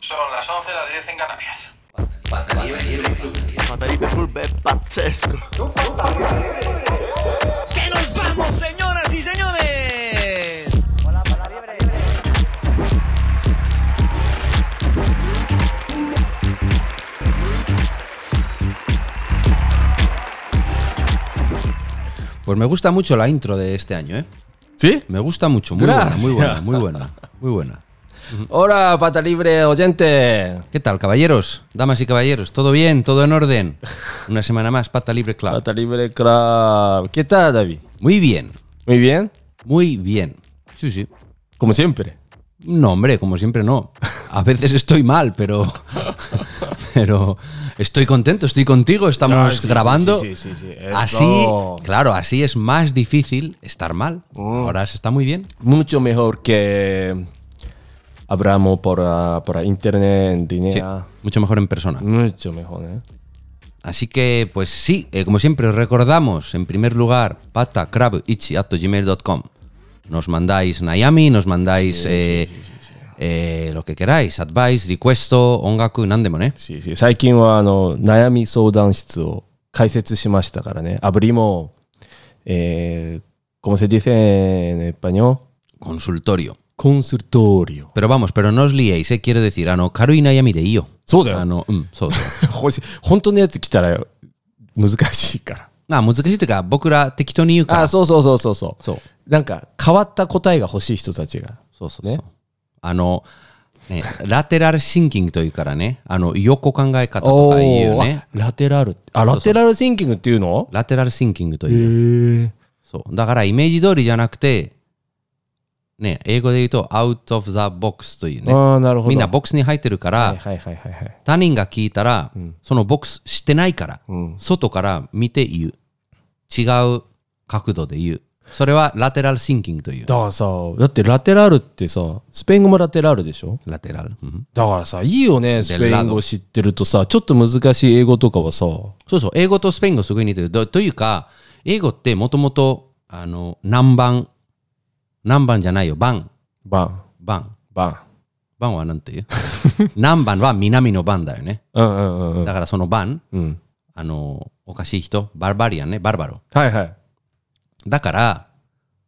Son las 11, las 10 en Canarias. Pataripe Pulpe Pazzesco. ¡Que nos vamos, señoras y señores! Pues me gusta mucho la intro de este año, ¿eh? ¿Sí? Me gusta mucho, muy Gracias. buena, muy buena, muy buena, muy buena. Hola, pata libre oyente. ¿Qué tal, caballeros? Damas y caballeros, ¿todo bien? ¿Todo en orden? Una semana más, Pata Libre Club. Pata libre club. ¿Qué tal, David? Muy bien, Muy bien. muy bien. Sí, sí. Como siempre. No, hombre, como siempre no. A veces estoy mal, pero. Pero estoy contento, estoy contigo, estamos No, sí, sí, grabando. sí, sí, sí, sí. Eso. Así, claro, así es más difícil estar mal. Mm. Ahora se está muy bien. Mucho mejor que hablamos por, ah, por internet, en Sí, dinero. mucho mejor en persona. Mucho mejor, ¿eh? Así que, pues sí, eh, como siempre, os recordamos, en primer lugar, patacrabichi.gmail.com. Nos mandáis Nayami, nos mandáis eh, eh, lo que queráis, advice, request, ongaku, nandemon, ¿eh? しし最近はあの悩み相談室を開設しましたからね。Abrimos, eh, como se dice en español, Consultorio. consultorio. Pero vamos, pero no os liéis, ¿eh? Quiero decir, ano, karu y Nayami de Io. そうだよ Ano, mm, so, so. ほし本当のやつ来たら難しいから。 Ah, 難しいというか、僕ら適当に言うから。あ、そうそうそうそうそう。そうなんか変わった答えが欲しい人たちが。そうそうそう。あの、ね、ラテラルシンキングというからね、あの、横考え方と Oh. かいうーねあ、ラテラル。あ、ラテラルシンキングっていうのラテラルシンキングというへ。ーそう。だからイメージ通りじゃなくて、ね、英語で言うと、out of the box というね。ああ、なるほど。みんなボックスに入ってるから、はいはいはいはいはい。他人が聞いたら、そのボックスしてないから、うん外から見て言う。違う角度で言う。それはラテラルシンキングという。だからさ、だってラテラルってさ、スペイン語もラテラルでしょラテラル、うんだからさ、いいよね、スペイランド語知ってるとさ、ちょっと難しい英語とかはさ、そうそう、英語とスペイン語すごい似てる。どというか、英語ってもともと、あの、南蛮。南蛮じゃないよ。番。バン、番。バン。番はなんていう 南蛮は南の番だよね。うんうんうんうん。だからその番、うん、あの、おかしい人、バルバリアンね、バルバロ。はいはい。だから、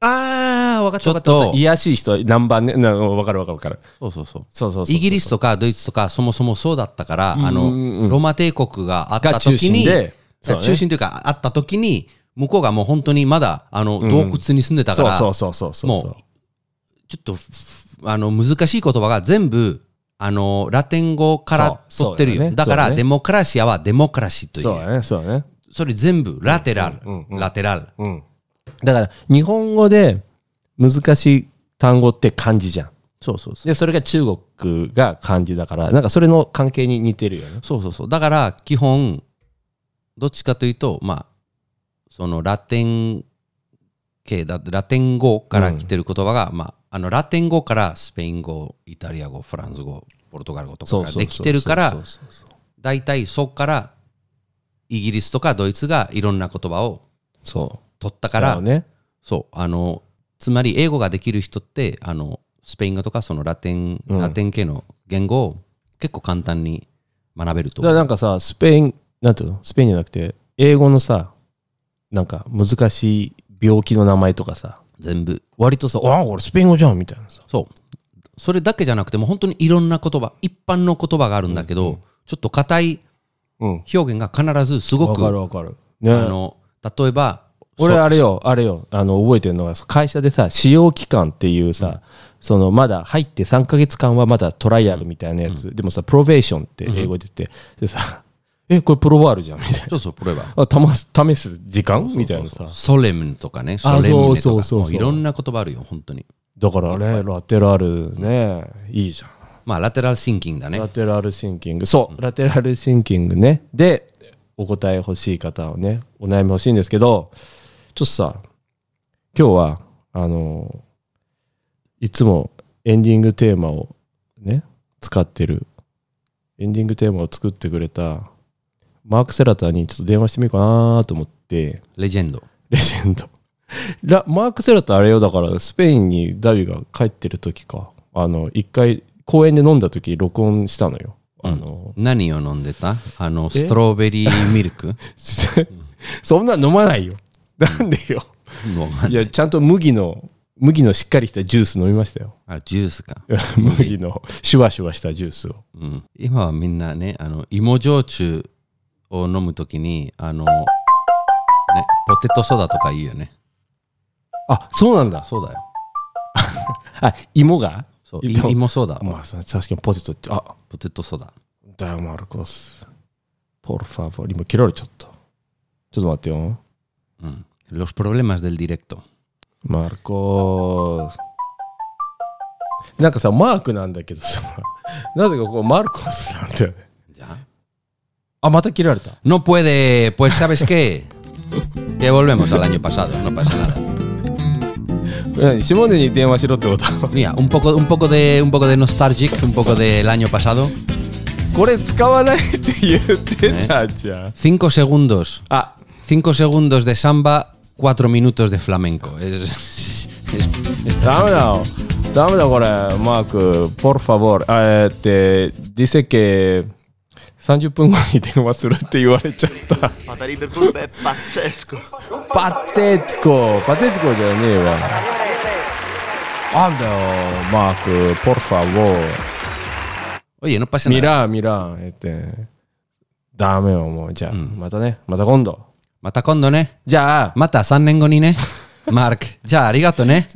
ああ、分かったわかったわかったいやしい人は南蛮ね。な分かる分かる分かる。そうそうそう。そうそうそうそう。イギリスとかドイツとかそもそもそうだったから、あの、ロマ帝国があったが中時に、心でそうね中心というか、あった時に、向こうがもう本当にまだ、あの、洞窟に住んでたから、そうそうそうそうそうもうちょっと、ふあの、難しい言葉が全部、あの、ラテン語からそう取ってるよ。そうだよねだから、そうだねデモクラシアはデモクラシーという。そうだねそうだねそれ全部、ラテラル、ラテラル。うんだから日本語で難しい単語って漢字じゃんそうそうそう。でそれが中国が漢字だからなんかそれの関係に似てるよねそうそうそう。だから、基本、どっちかというと、まあ、そのラテン系だ、ラテン語から来てる言葉が、まあ、あの、ラテン語からスペイン語、イタリア語、フランス語、ポルトガル語とかができてるからそう、そうそう大体そこから、イギリスとかドイツがいろんな言葉をそう取ったかだからら、ねそう、あの、つまり英語ができる人って、あの、スペイン語とかそのラテン、んラテン系の言語を結構簡単に学べるとだ思かうらなんかさスペインなんていうのスペインじゃなくて英語のさなんか難しい病気の名前とかさ全部。割とさ「ああこれスペイン語じゃん」みたいなさそう。それだけじゃなくても、本当にいろんな言葉、一般の言葉があるんだけど、ちょっと硬いうん表現が必ずすごわく、かるあわかるねの、例えば、俺そあれよあれよあの覚えてるのが会社でさ使用期間っていうさ、そのまだ入って3ヶ月間はまだトライアルみたいなやつ、でもさプロベーションって英語で言って、でさ「えこれプロワールじゃん」みたいそうそう、これは。なあ試す試す時間 みたいなさソレムとかね、ソレあムネとかそうそうそうもそうういろんな言葉あるよ、本当に。だからあれラテラルね、いいじゃんまあ、ラテラルシンキングだねラ。テラルシンキングそう、ラテラルシンキングねでお答え欲しい方をねお悩み欲しいんですけどちょっとさ今日はあのいつもエンディングテーマをね使ってるエンディングテーマを作ってくれたマーク・セラターにちょっと電話してみようかなと思ってレジェンド。レジェンドラマーク・セラターあれよだからスペインにダビが帰ってる時かあの一回公園で飲んだ時録音したのよ。あの、 何を飲んでたあの、ストロベリーミルク そんな飲まないよ。なんでよ。わかんないいや、ちゃんと麦の、麦のしっかりしたジュース飲みましたよ。あジュースか。麦のシュワシュワしたジュースを。うん、今はみんなね、あの、芋焼酎を飲むときに、あの、ね、ポテトソダとか言うよね。あ、そうなんだ。そうだよ。あ、芋がそう、いいでも芋ソダ。まあ、そう確かにポテトって、あ、ポテトソダ。ダよマルコス。ポルファボリ。今切られちゃった。ちょっと待ってよ。うん。Los problemas del directo. マルコス。なんかさ、マークなんだけどさ、なぜかこう、マルコスなんだよね。じゃああ、また切られた。 No puede, pues sabes qué. Te volvemos al año pasado, no pasa nada. 何下根に電話しろってこと Mira, un poco, un poco de, un poco de nostalgic, un poco del año pasado. これ使わないって言ってたじゃん。 Cinco segundos, あ、 cinco segundos de samba, cuatro minutos de flamenco. Es- es- es- ダメだよ。ダメだこれ、マーク。ポルファボール。えーって、ディセケ、30分後に電話するって言われちゃった。 Patarín Club è pazzesco. パテテコパテテコじゃねえわなんだよマークポルファボー Oye, no pasa ミ nada. ラーミラーえってダメよもうじゃあ、またねまた今度 Mata condo, ¿eh? じゃあ Mata san nengo ni, ¿eh? Mark, ya, arigato, ¿eh?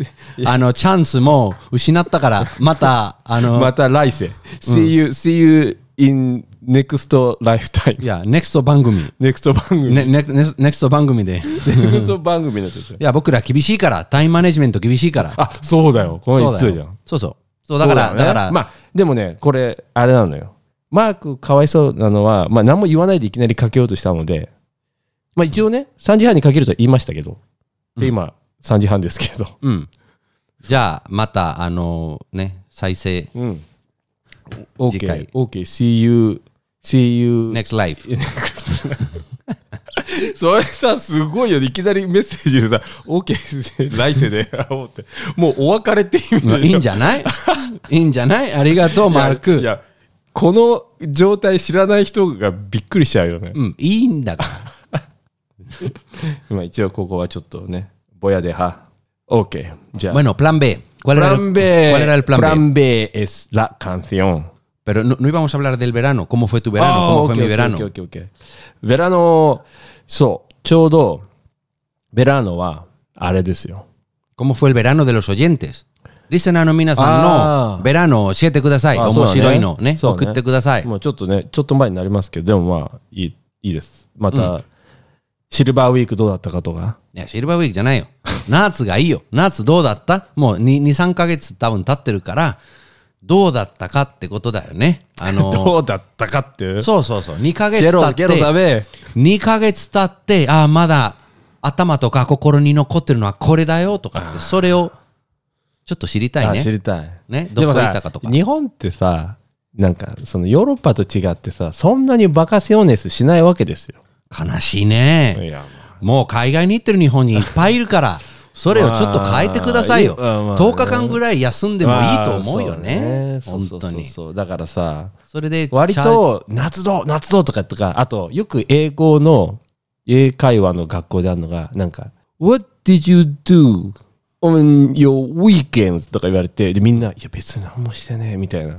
Ah, no, chance, mo, ushinatta kara, mata, ah, no. また来世 See you,、see you in next lifetime Ya, next 番組。 next 番組、ね、ね、ね、ネクスト番組で。 next 番組になっちゃ ったいや、僕ら厳しいから、タイムマネジメント厳しいから。あそうだよこのそう人だ失礼じゃよん。そうそう。そうだから、よだねから、まあでもねこれあれなのよマークかわいそうなのは、まあ、何も言わないでいきなりかけようとしたので、まあ、一応ね3時半にかけるとは言いましたけどで今3時半ですけど、うん。じゃあ、また、あの、ね、再生、うん、次回 OKOK、see you see you、 next life。それさすごいよねいきなりメッセージでさ OK 来世で会おうってもうお別れって意味でしょいいんじゃないいいんじゃないありがとう、マルいク。やこの状態知らない人がびっくりしちゃうよねうん、いいんだから。まあ一応ここはちょっとね、ぼやでは。OK。じゃあ、 bueno, plan B. ¿Cuál era, plan el, B. ¿Cuál era el plan, B? B es la canción. Pero no, no íbamos a hablar del verano. ¿Cómo fue tu verano? あー ¿Cómo fue OK mi verano? OK OK OK ベラノ、そう、ちょうど、ベラノは、あれですよ。 ¿Cómo fue el verano de los oyentes? Dicen a Nominasan, Ah. no, verano, siete kudasai, あ como そうだ shiroi no, ne, そうだ okutte kudasai. もうちょっとね、ちょっと前になりますけど、でもまあ、いいいいです。また、シルバーウィークどうだったかとか。いや、シルバーウィークじゃないよ。ナーツがいいよ。ナーツどうだったもう2、3ヶ月多分経ってるから、どうだったかってことだよね。あ の、どうだったかって。そうそうそう。2ヶ月ゲロ、経ゲっロて、だべ。 2ヶ月経って、ああ、まだ頭とか心に残ってるのはこれだよとかって、それをちょっと知りたいあ知ね。りたい。ね、でどもこさ行ったかとか。日本ってさなんかそのヨーロッパと違ってさそんなにバカセオネスしないわけですよ。悲しいね。いやもう海外に行ってる日本にいっぱいいるから、 それをちょっと変えてくださいよ。まあまあ10日間ぐらい休んでもいいと思うよね。そう本そうそ当うに。そうだからさそれで、割チャー、と夏どう夏どうとかとかあとよく英語の英会話の学校であるのがなんか「What did you do on your weekends?」とか言われてでみんな「いや別に何もしてねえ」みたいな。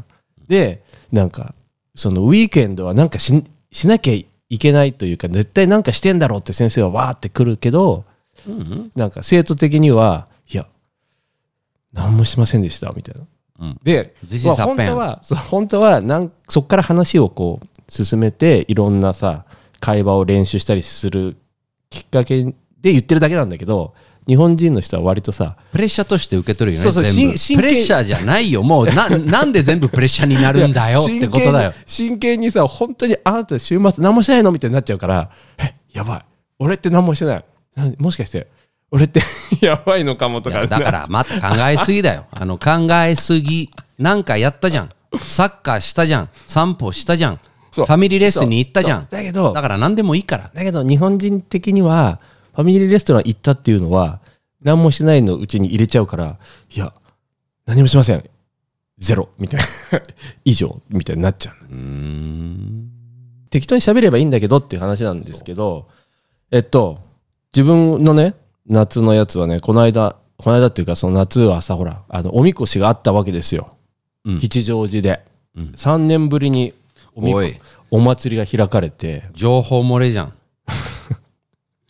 でなんかそのウィーケンドはなんかししなきゃいけないというか絶対なんかしてんだろうって先生はわーって来るけど、なんか生徒的にはいや何もしませんでしたみたいな。うんで This、is まあ a pen. 本当はそう本当はなんそこから話をこう進めていろんなさ会話を練習したりするきっかけで言ってるだけなんだけど日本人の人は割とさプレッシャーとして受け取るよそね。うそう全部真真プ剣レッシャーじゃないよ。もう な、なんで全部プレッシャーになるんだよってことだよ。真剣に真剣にさ本当にあなた週末何もしてないのみたいになっちゃうからえやばい俺って何もしてないなんもしかして俺って やばいのかもといかやだから、また考えすぎ だよ。あの、考えすぎ。なんかやったじゃん。サッカーしたじゃん。散歩したじゃん。フそうァミリーレッスンに行ったじゃん。そうだけどだから何でもいいから。だけど日本人的にはファミリーレストラン行ったっていうのは何もしてないのうちに入れちゃうからいや何もしませんゼロみたいな 以上みたいになっちゃううーん。適当に喋ればいいんだけどっていう話なんですけど、えっと、自分のね、夏のやつはね、この間、この間っていうか、その夏はさ、ほら、あの、おみこしがあったわけですよ。うん吉祥寺で。うん3年ぶりにおみこおいお祭りが開かれて、情報漏れじゃん。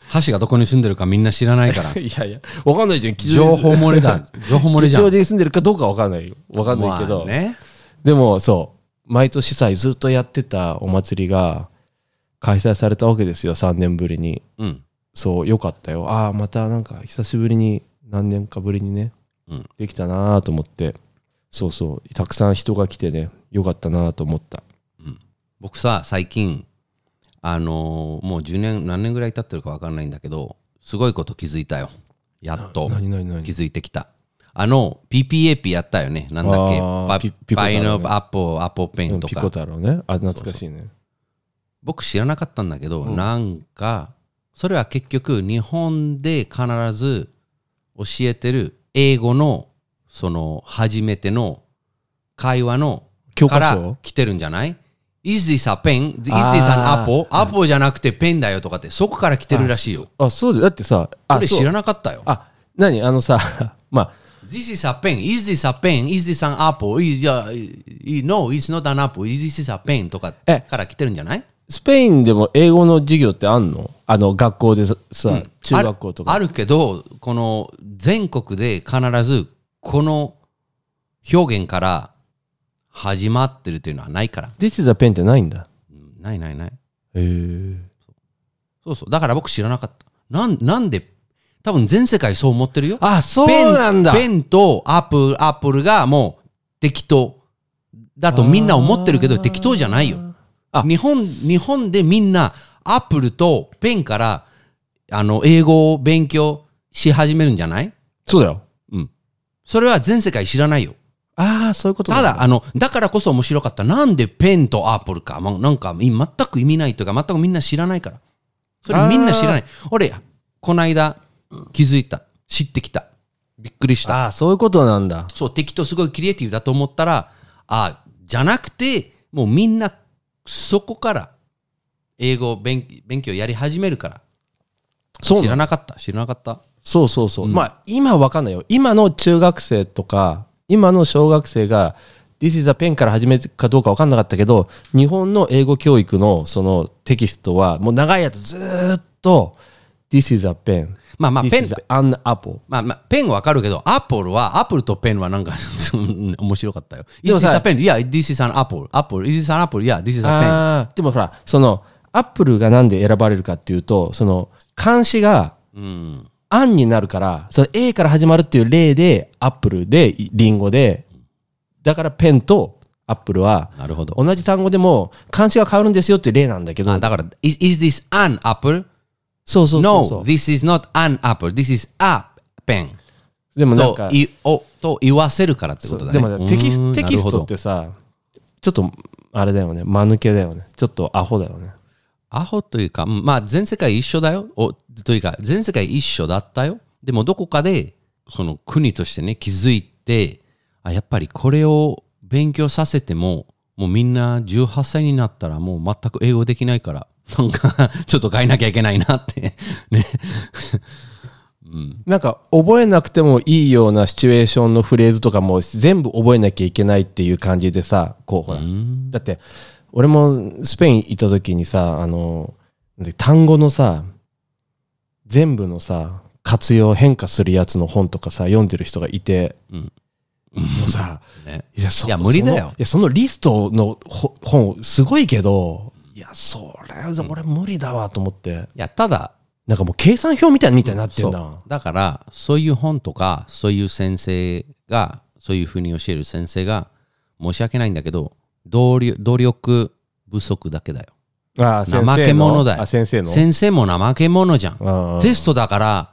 箸がどこに住んでるかみんな知らない から。 いやいや、わかんないじゃん、吉情祥寺報漏れ だ。情報漏れ吉じゃん。祥寺に住んでるかどうかわかんないよ。わかんないけど、まあね。でもそう、毎年さ、ずっとやってたお祭りが開催されたわけですよ、3年ぶりに。うん。そう、よかったよ。ああ、またなんか久しぶりに、何年かぶりにね、うんできたなーと思って、そうそう、たくさん人が来てね、よかったなーと思った。僕さ、最近、あのーもう10年、何年ぐらい経ってるか分かんないんだけど、すごいこと気づいたよ。やっと何何何気づいてきた。あの、PPAP やったよね。なんだっけあーパピピコ太郎パねイのアップアポペンとピコか。太郎ね。あ、懐かしいね。僕知らなかったんだけど、うんなんか、それは結局、日本で必ず教えてる英語の、その、初めての会話の教科か書ら来てるんじゃない Is this a pen? Is this あー an apple? アポじゃなくてペンだよとかって、そこから来てるらしいよ。あ、そうだよ。だってさ、あ、俺そう知らなかったよ。あ、何あのさ、 まあ、 This is a pen. Is this a pen? Is this an apple? Is, uh, no, it's not an apple. Is this is a pen? とかえから来てるんじゃないスペインでも英語の授業ってあんのあの、学校でさ、さ中学校とか。あるあるけど、この全国で必ずこの表現から始まってるっていうのはないから。 This is a pen ってないんだ。うんないないない。へえ。そうそう。だから僕知らなかった。なんなんで、多分全世界そう思ってるよ。あ、そうなんだ。ペンペンとアップル、アップルがもう適当だとみんな思ってるけど適当じゃないよ。あ日本、日本でみんなアップルとペンからあの英語を勉強し始めるんじゃないそうだよ。それは全世界知らないよ。ああ、そういうことなたんだ、あの、だからこそ面白かった。なんでペンとアップルか。まあなんか、い全く意味ないというか、全くみんな知らないから。それみんな知らない。俺、この間、気づいた。知ってきた。びっくりした。ああ、そういうことなんだ。そう、敵とすごいクリエイティブだと思ったら、あ、じゃなくて、もうみんな、そこから、英語を勉勉強やり始めるから。そう知らななかった。知らなかった。そうそうそう。まあ、今わかんないよ。今の中学生とか、今の小学生が、This is a pen から始めるかどうかわかんなかったけど、日本の英語教育のそのテキストは、もう長いやつずーっと、This is a pen。まあまあ This is an apple。まあまあ、ペンはわかるけど、アップルは、アップルとペンはなんか うん面白かったよ。で Is も this さ a pen? Yeah, this is an apple. Apple, is this an apple? Yeah, this is a pen. あーでもほら、その、アップルがなんで選ばれるかっていうと、その、漢詩が、うん。アンになるから、その A から始まるっていう例で、アップルで、リンゴで、だからペンとアップルは、なるほど。同じ単語でも漢詞が変わるんですよっていう例なんだけどあ、だから、is, is this an apple? そうそうそうそう No, this is not an apple. This is a pen. でもなんとかいおと言わせるからってことだね。でもねテキうーんステキなスるほトっどてさちょっとあれだよね間抜けだよねちょっとアホだよねアホというか、うんまあ全世界一緒だよ。おというか、全世界一緒だったよ。でもどこかで、その国としてね、気づいて、あ、やっぱりこれを勉強させても、もうみんな18歳になったらもう全く英語できないから、なんか、ちょっと変えなきゃいけないなって。ね。なんか覚えなくてもいいようなシチュエーションのフレーズとかも全部覚えなきゃいけないっていう感じでさこうほらだって俺もスペイン行った時にさあので単語のさ全部のさ活用変化するやつの本とかさ読んでる人がいて、うんもうさねいやそいや無理だよそのいやそのリストのほ本すごいけどいやそれは俺無理だわと思って、いや、ただ、なんかもう計算表みたいなみたいになってそんうだ、だからそういう本とかそういう先生がそういうふうに教える先生が申し訳ないんだけど努力努力不足だけだよああ先生の怠け者だよあ先生の先生も怠け者じゃんああテストだから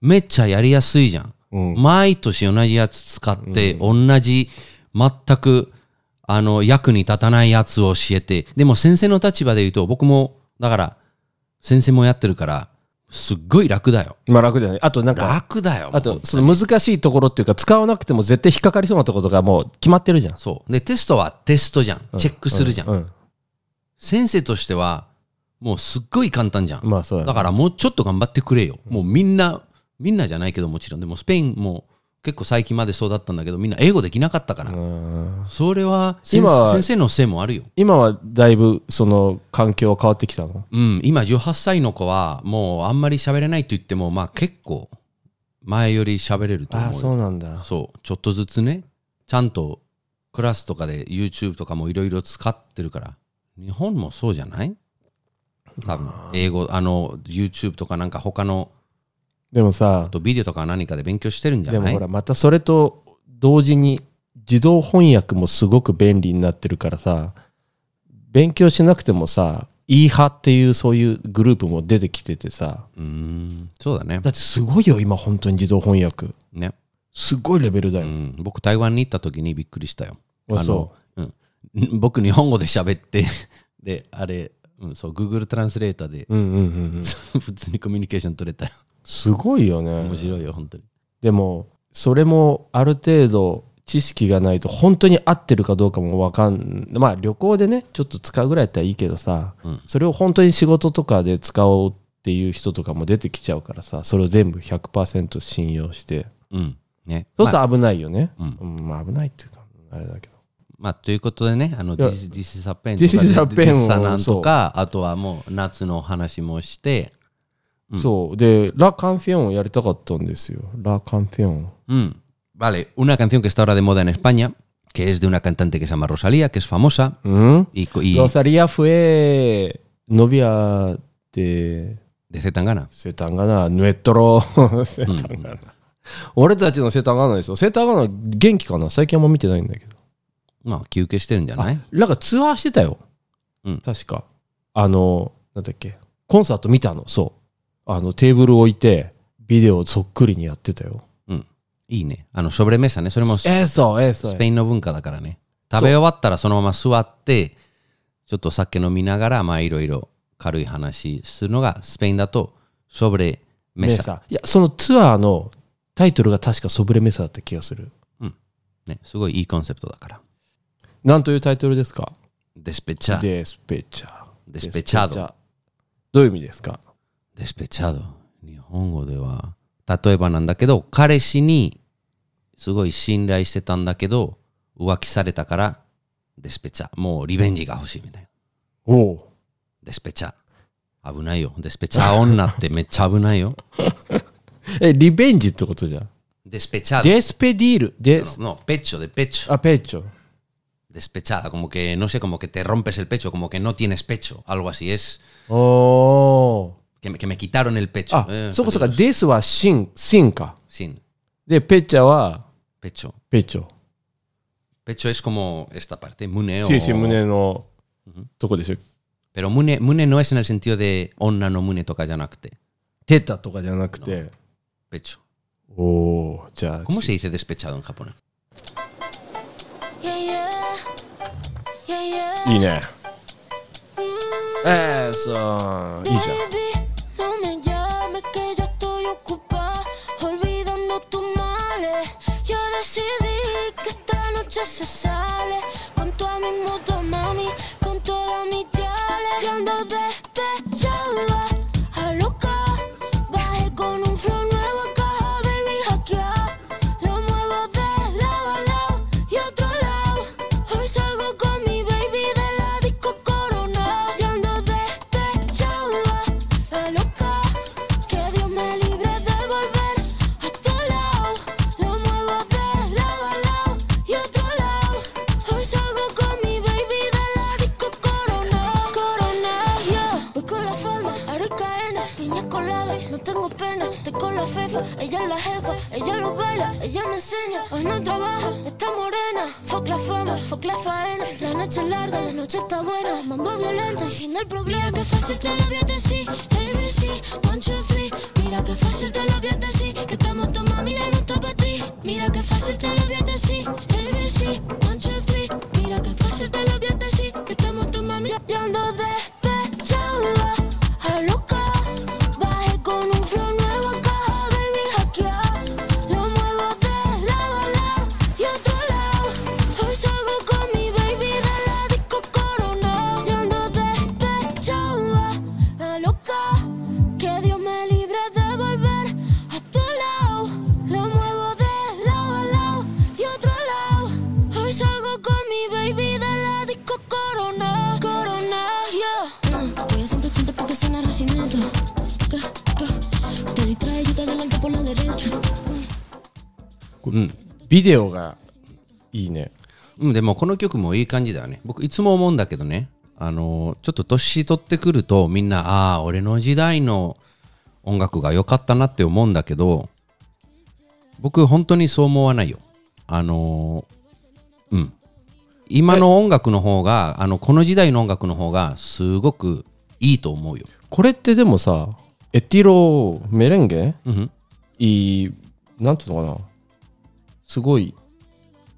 めっちゃやりやすいじゃん、うん毎年同じやつ使って、同じ全くあの役に立たないやつを教えてでも先生の立場で言うと僕もだから先生もやってるからすっごい楽だよ。まあ楽じゃない。あとなんか、楽だよ。あもとうその難しいところっていうか、使わなくても絶対引っかかりそうなところとかもう決まってるじゃん。そう。で、テストはテストじゃん。チェックするじゃん。ううん。先生としては、もうすっごい簡単じゃん。まあそうだねだからもうちょっと頑張ってくれよ。もうみんな、みんなじゃないけどもちろん、でもスペインも結構最近までそうだったんだけど、みんな英語できなかったから。うんそれは先今は先生のせいもあるよ。今はだいぶその環境は変わってきたのうん、今18歳の子はもうあんまり喋れないと言っても、まあ結構前より喋れると思うよ。うなんだ。そう、ちょっとずつね、ちゃんとクラスとかで YouTube とかもいろいろ使ってるから、日本もそうじゃない多分、英語、あの、YouTube とかなんか他の、でもあさ、とビデオとか何かで勉強してるんじゃでないもほら、またそれと同時に自動翻訳もすごく便利になってるからさ、勉強しなくてもさ、いい派っていうそういうグループも出てきててさ、うーん、そうだね。だってすごいよ、今本当に自動翻訳。ね。すごいレベルだうよ。ん、僕、台湾に行った時にびっくりしたよ。。あそううん、僕、日本語で喋って、 で、あれ、うん、そう、Google トランスレーターで、うんうんうんうん。普通にコミュニケーション取れたよ。すごいよね。面白いよ、本当に。でもそれもある程度知識がないと本当に合ってるかどうかも分かんまあ旅行でねちょっと使うぐらいだったらいいけどさ、うんそれを本当に仕事とかで使おうっていう人とかも出てきちゃうからさそれを全部100%信用してうん。ね。そうすると危ないよね、まあうんうんまあ危ないっていうかあれだけどまあ、ということでね、あの、いや This This is a pen This is a とか、 pen をサなんとか、あとはもう夏の話もして、うんそうでラ・カンフィオンをやりたかったんですよラ・カンフィオン Mm, Vale, una canción que está ahora de moda en España, que es de una cantante que se llama Rosalía, que es famosa. うん、 Y, co- y ロサリア・フエノビアで de Zetangana. セタンガナ、ヌエットロ、セタンガナ。俺たちのセタンガナですよ。セタンガナ元気かな最近あんま見てないんだけど。 No, Q que esté en ya, あ ¿no? なんかツアーしてたよ。うん確か。あの、なんだっけ。コンサート見たの、そう。あの、テーブル置いて、ビデオそっくりにやってたよ。いいね。あの、sobremesa ね。それもスえそう、えそう。ペインの文化だからね。食べ終わったらそのまま座って、ちょっと酒飲みながら、まあ、いろいろ軽い話するのが、スペインだと、sobre メ mesa。サ。いや、そのツアーのタイトルが確かソブレメサだった気がする。ね。すごいいいコンセプトだから。なんというタイトルですか despechado. デスペチャ。 despechado。。どういう意味ですか despechado。日本語では、例えばなんだけど、彼氏にすごい信頼してたんだけど、浮気されたから、despecha。もうリベンジが欲しいみたいな。おおう。デスペチャ。危ないよ。デスペチャ女ってめっちゃ危ないよ。え、リベンジってことじゃん。デスペチャ。デスペディール。デス No, no, pecho, de pecho. あ、ペッチョ。 Despechada, como que, no sé, como que te rompes el pecho, como que no tienes pecho, algo así. Es お que me, que me quitaron el ー pecho. あ、 Eh, そうかそうか。 Dios. デスはシン、シンか。 Sin で、ペッチャは pecho. ペッチョ。 Pecho es como esta parte, mune o... シンシン胸のとこでしょ。 Pero mune, mune no es en el sentido de onna no mune toca yanakte. テタとかじゃなくて。 Pecho. おお、じゃあ。 ¿Cómo se dice despechado en japonés? Yeah, yeah. Yeah, yeah. いいね。 Mm, えー、そう。いいじゃん。 baby, no me llames que yo estoy ocupada olvidando tus males. Yo decidí que esta noche se sale con toda mi moto, mami, con todas mis yales. Yo ando despechada, a loca. Bajé con un flow nuevo a caja, baby, hackea. Lo muevo de lado a lado y otro lado. Hoy salgo con mi baby de la disco corona. Yo ando despechada, este la loca. Que Dios me libre de volver a tu lado. Lo muevo de lado a lado y otro lado. Hoy salgo con mi baby de la disco corona. Corona, yo voy con la falda, aro y caena. Piña colada, no tengo pena. Estoy con la fefa, ella es la jefa. Ella lo baila, ella me enseña. Hoy no trabaja, está morena. Fuck la fama, fuck la faena. La noche es larga, la noche está buena. Mambo violento y fin del problema. Mira que fácil te lo voy a decir. ABC, one, two, three. Mira que fácil te lo voy a decir. Que estamos tu mami ya no está para ti. Mira que fácil te lo voy a decir. ABC, one, two, three. Mira que fácil te lo voy a decir. Que estamos tu mami. Yo ando despechada, a loca. Bajé con este うんビデオがいいねうん、でもこの曲もいい感じだよね。僕いつも思うんだけどね、あのちょっと年取ってくるとみんな、ああ、俺の時代の音楽が良かったなって思うんだけど、僕本当にそう思わないよ。あのうん。今の音楽の方が、あのこの時代の音楽の方がすごくいいと思うよ。これってでもさエティロメレンゲうん、いいなんていうのかなすごい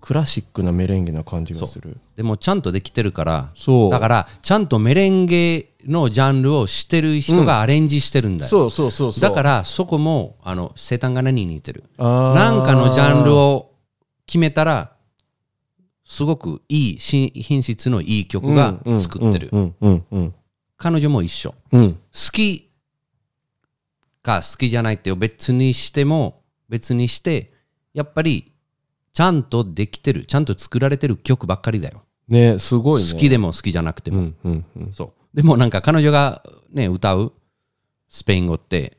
クラシックなメレンゲな感じがするでもちゃんとできてるから、そうだからちゃんとメレンゲのジャンルをしてる人がアレンジしてるんだよ。そうそうそうそうだからそこもあの生誕が何に似てるらなんかのジャンルを決めたらすごくいいし品質のいい曲が作ってるうんうんうん彼女も一緒うんうん好きか好きじゃないってを別にしても別にしてやっぱりちゃんとできてるちゃんと作られてる曲ばっかりだよねすごいね好きでも好きじゃなくてうもんうんうんそうでもなんか彼女がね歌うスペイン語って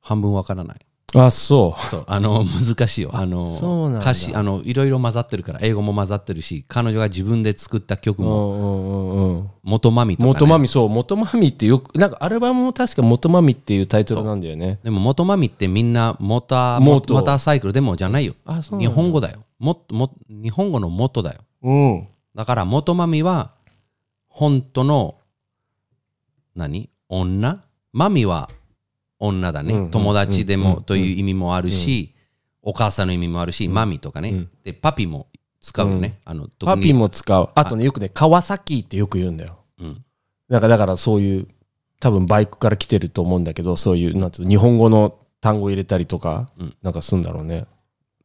半分わからないあそそうあの 難しいよあそうなんのだ歌詞あのいろいろ混ざってるから英語も混ざってるし彼女が自分で作った曲ううもんうんうんうん「元マミ」とか、ね、元まみそう元まみってよくなんかアルバムも確か元まみっていうタイトルなんだよねでも元マミってみんなモーターモ元ーターサイクルでもじゃないよあそうなん日だ本語だよもっとも日本語の元だようんだから元マミは本当の何女マミは女だね、うん友達でうもんという意味もあるし、お母さんの意味もあるし、マミとかね、うんでパピも使うよね、あの特パにピも使うあとねよくね川崎ってよく言うんだようんなんかだからそういう多分バイクから来てると思うんだけどそういうなんていうの日本語の単語入れたりとか、うんなんかすんだろうね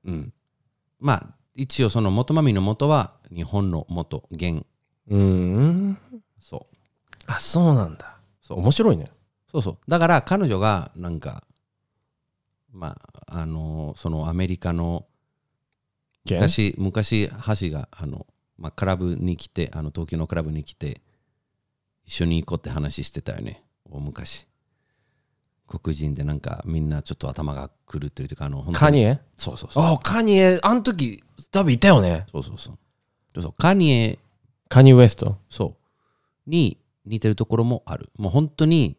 うん、まあ一応その元マミの元は日本の元元うんそうあそうなんだそう面白いねそうそうだから彼女がなんかまああのそのアメリカのゲン昔昔ハシがあの、まあ、クラブに来てあの東京のクラブに来て一緒に行こうって話してたよね大昔黒人でなんかみんなちょっと頭が狂ってるというかあの本当にカニエそうそうそうあカニエあの時多分いたよねそうそうそうそうそうカニエカニウエストそうに似てるところもあるもう本当に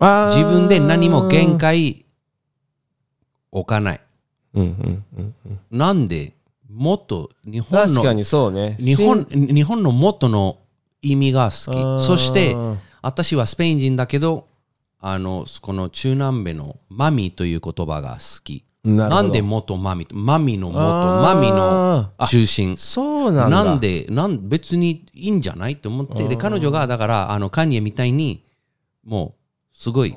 あー自分で何も限界置かないうんうんうんうんなんでもっと日本確かのにそうね日本日本のもっとの意味が新好あーきそして私はスペイン人だけどあのこの中南米のマミという言葉が好きななるほどんで元マミマミの元あーマミの中心そうななんだんでなん別にいいんじゃないと思ってで彼女がだからあのカニエみたいにもうすごい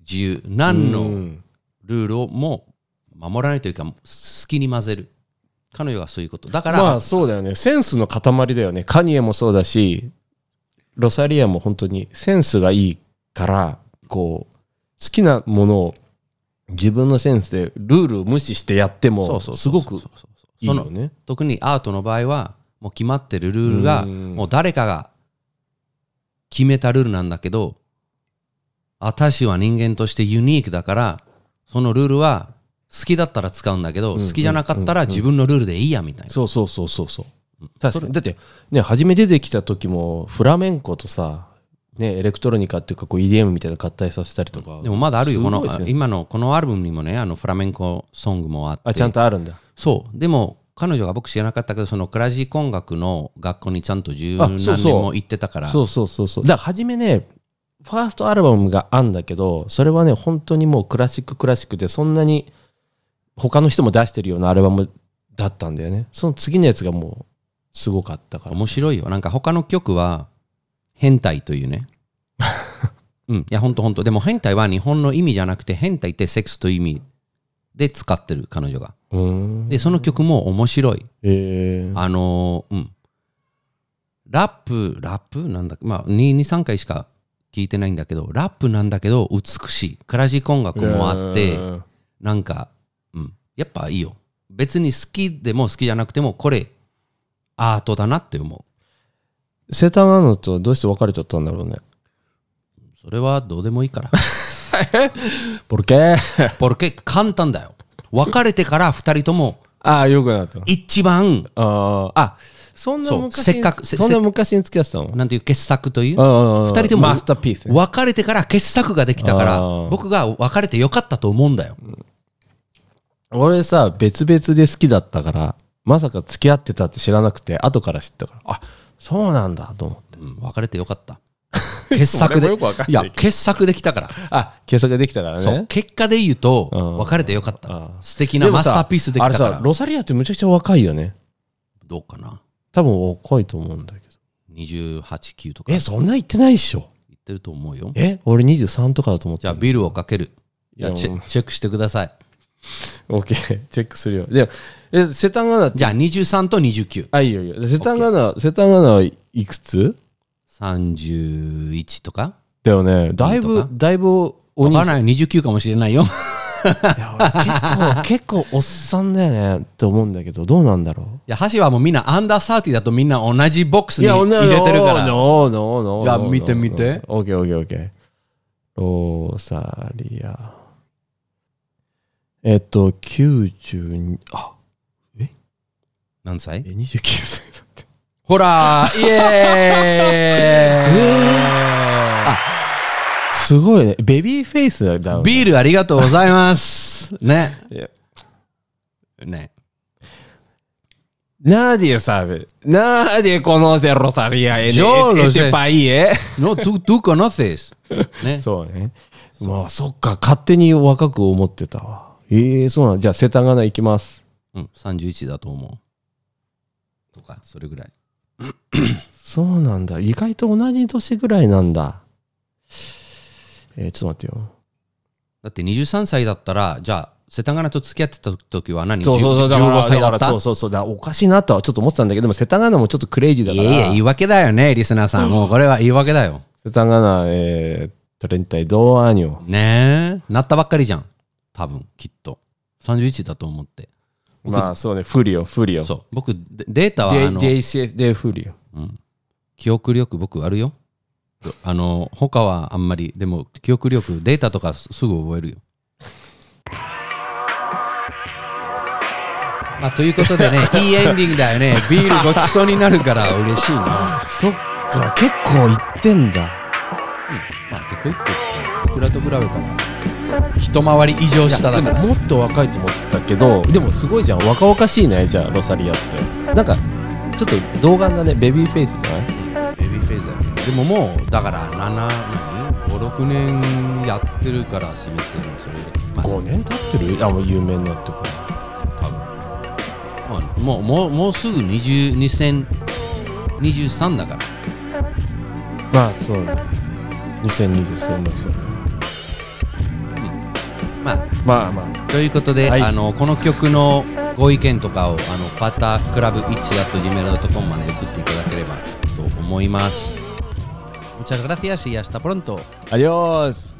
自由何うのんルールをも守らないというか好きに混ぜる彼女がそういうことだから、まあそうだよねセンスの塊だよねカニエもそうだしロサリアも本当にセンスがいいからこう好きなものを自分のセンスでルールを無視してやってそもうそうすそうそうごくそうそうそういいよね特にアートの場合はもう決まってるルールがうんもう誰かが決めたルールなんだけど私は人間としてユニークだからそのルールは好きだったら使うんだけどうん好きじゃなかったら自分のルールでいいやみたいなそうそうそうそうそう確かにだってね初め出てきた時もフラメンコとさねエレクトロニカっていうかこう EDM みたいなの合体させたりとかでもまだあるよすごこいのですね今のこのアルバムにもねあのフラメンコソングもあってあちゃんとあるんだそうでも彼女が僕知らなかったけどそのクラシック音楽の学校にちゃんと十あ何そう年そうも行ってたからそうそうそうそうだから初めねファーストアルバムがあんだけどそれはね本当にもうクラシッククラシックでそんなに他の人も出してるようなアルバムだったんだよねその次のやつがもうすごかったから面白いよなんか他の曲は変態という ねうんいやほんとほんとでも変態は日本の意味じゃなくて変態ってセックスという意味で使ってる彼女がうーんでその曲も面白いえー、あのーうんラップラップなんだっけまあ23回しか聞いてないんだけどラップなんだけど美しいクラシック音楽もあって、えーなんか、うん、やっぱいいよ。別に好きでも好きじゃなくても、これ、アートだなって思セーターアンナとどうして別れちゃったんだろうねう。それはどうでもいいから。 ポルケー ポルケ簡単だよ。別れてから2人ともああ、よくなかった。一番、あーあ、そんなそう昔にせっかくせそんな昔に付き合ってたのなんていう傑作という、二二人ともマスターピースね。別れてから傑作ができたからあー、僕が別れてよかったと思うんだよ。俺さ、別々で好きだったから、まさか付き合ってたって知らなくて、後から知ったから、あそうなんだと思って。うん、別れてよかった。 傑作で、俺もよくわかんないいや、傑作できたから。あ、傑作できたからそうね。結果で言うと、うん別れてよかったあ。ー素敵なマスターピースできたかあれらさ、。ロサリアってむちゃくちゃ若いよね。どうかな多分若いと思うんだけど。 ?28、9とか。え、そんな言ってないっしょ。言ってると思うよ。え、俺23とかだと思ってじたゃあビルをかける。いじやゃあチェもうチェックしてください。オッケー、 チェックするよ。でも、え、セタンガナって、じゃあ23と29。あ、いいよいいよ。セタンガナ、セタンガナはいくつ31とかだよね。だいぶとか、だいぶ、おわ兄かさらんない29かもしれ ないよ。いや俺結構結構おっさんだよねって思うんだけどどうなんだろいや、橋はもうみんなアンダーサーティだとみんな同じボックスうに入れてるから。ノーノーノーじゃあ見て見てオッケーオッケーオッケーローサリアえっと92あ何歳え29歳だってほ らイエーイすごいねベビーフェイスだよビールありがとうございます。 ね。いやね。ナーディエサベナーディエコノセロサリアエネよろエネしいテパイエ No, tú, tú conoces. ね。そうね。まあ、そっか、勝手に若く思ってたわ。ええそうなん。じゃあ、世田谷行きます。うん、31だと思う。とか、それぐらい。そうなんだ。意外と同じ年ぐらいなんだ。えー、ちょっと待ってよ。だって23歳だったら、じゃあ、世田谷と付き合ってた時は何そうそうそう、だから、 15歳だだっからたそうそうそう、だからおかしいなとはちょっと思ってたんだけど、でも世田谷もちょっとクレイジーだいかやら、いや、言い訳だよね、リスナーさん。もうこれは言い訳だよ。世田谷、えー、トレンタイ、ドーアーニョ。ねえ。なったばっかりじゃん。多分、きっと。31だと思って。まあ、そうね、フリオ、フリオ。そう。僕、デデータは、あの、 DCS でフリオ。記憶力僕あるよ。あの、他はあんまり、でも、記憶力、データとかすすぐ覚えるよ。まあ、ということでね、いいエンディングだよね。ビールごちそうになるから嬉しいな。まそっか、結構行ってんだ。あ、結構一個って、いくらと比べたら、一回り以上下だから。もっと若いと思ってたけどでもすごいじゃん若々しいねじゃあロサリアってなんかちょっと童顔だねベビーフェイスじゃなうんいベビーフェイスだよねでももうだから756年やってるからせめてもそれ、まあ5年経ってるあもう有名になってから多分まあもうもうもうすぐ20 2023だからまあそうね2023年そうねまあまあまあということで、はいあのこの曲のご意見とかをあのパタークラブ1 gmail.com まで送っていただければと思います Muchas gracias y hasta pronto. アディオース